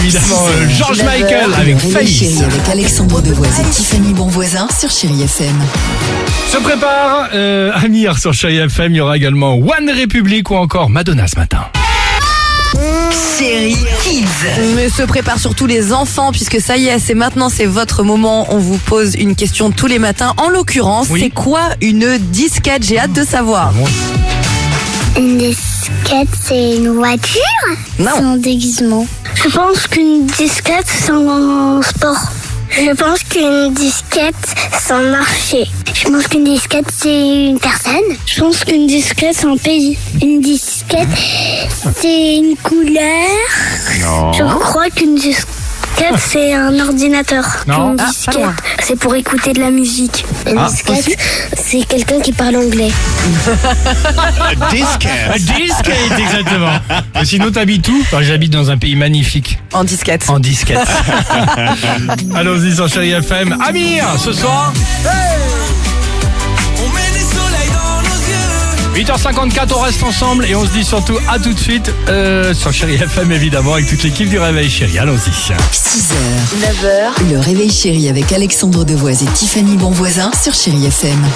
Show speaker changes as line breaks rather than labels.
évidemment euh, George Michael avec Faïs.
Chérie avec Alexandre Devoise et Tiffany Bonvoisin sur Chérie FM.
Se prépare euh, Amir sur Chéri FM. Il y aura également One Republic ou encore Madonna ce matin.
Série Kids.
Mais se prépare surtout les enfants puisque ça y est, c'est maintenant, c'est votre moment. On vous pose une question tous les matins. En l'occurrence,
Oui.
c'est quoi une disquette J'ai hâte de
Ah
savoir.
Une disquette, c'est une voiture
Non.
C'est un déguisement. Oh. Je pense qu'une disquette, c'est un sport. Je pense qu'une disquette, c'est un marché. Je pense qu'une disquette, c'est une personne. Je pense qu'une disquette, c'est un pays. Une disquette, c'est une couleur. Je crois qu'une disquette, c'est un ordinateur.
Non.
Une
Ah, pas
disquette,
loin.
c'est pour écouter de la musique. Une disquette, c'est quelqu'un qui parle anglais.
Ah, disquette, exactement. Et Sinon, t'habites où Enfin, J'habite dans un pays magnifique,
En disquette.
en disquette. Allons-y sur Chéri FM. Amir, ce soir. 8h54, on reste ensemble et on se dit surtout à tout de suite euh, sur Chéri FM évidemment avec toute l'équipe du Réveil Chéri. Allons-y.
6h, 9h, le réveil chéri avec Alexandre Devoise et Tiffany Bonvoisin sur Chérie FM.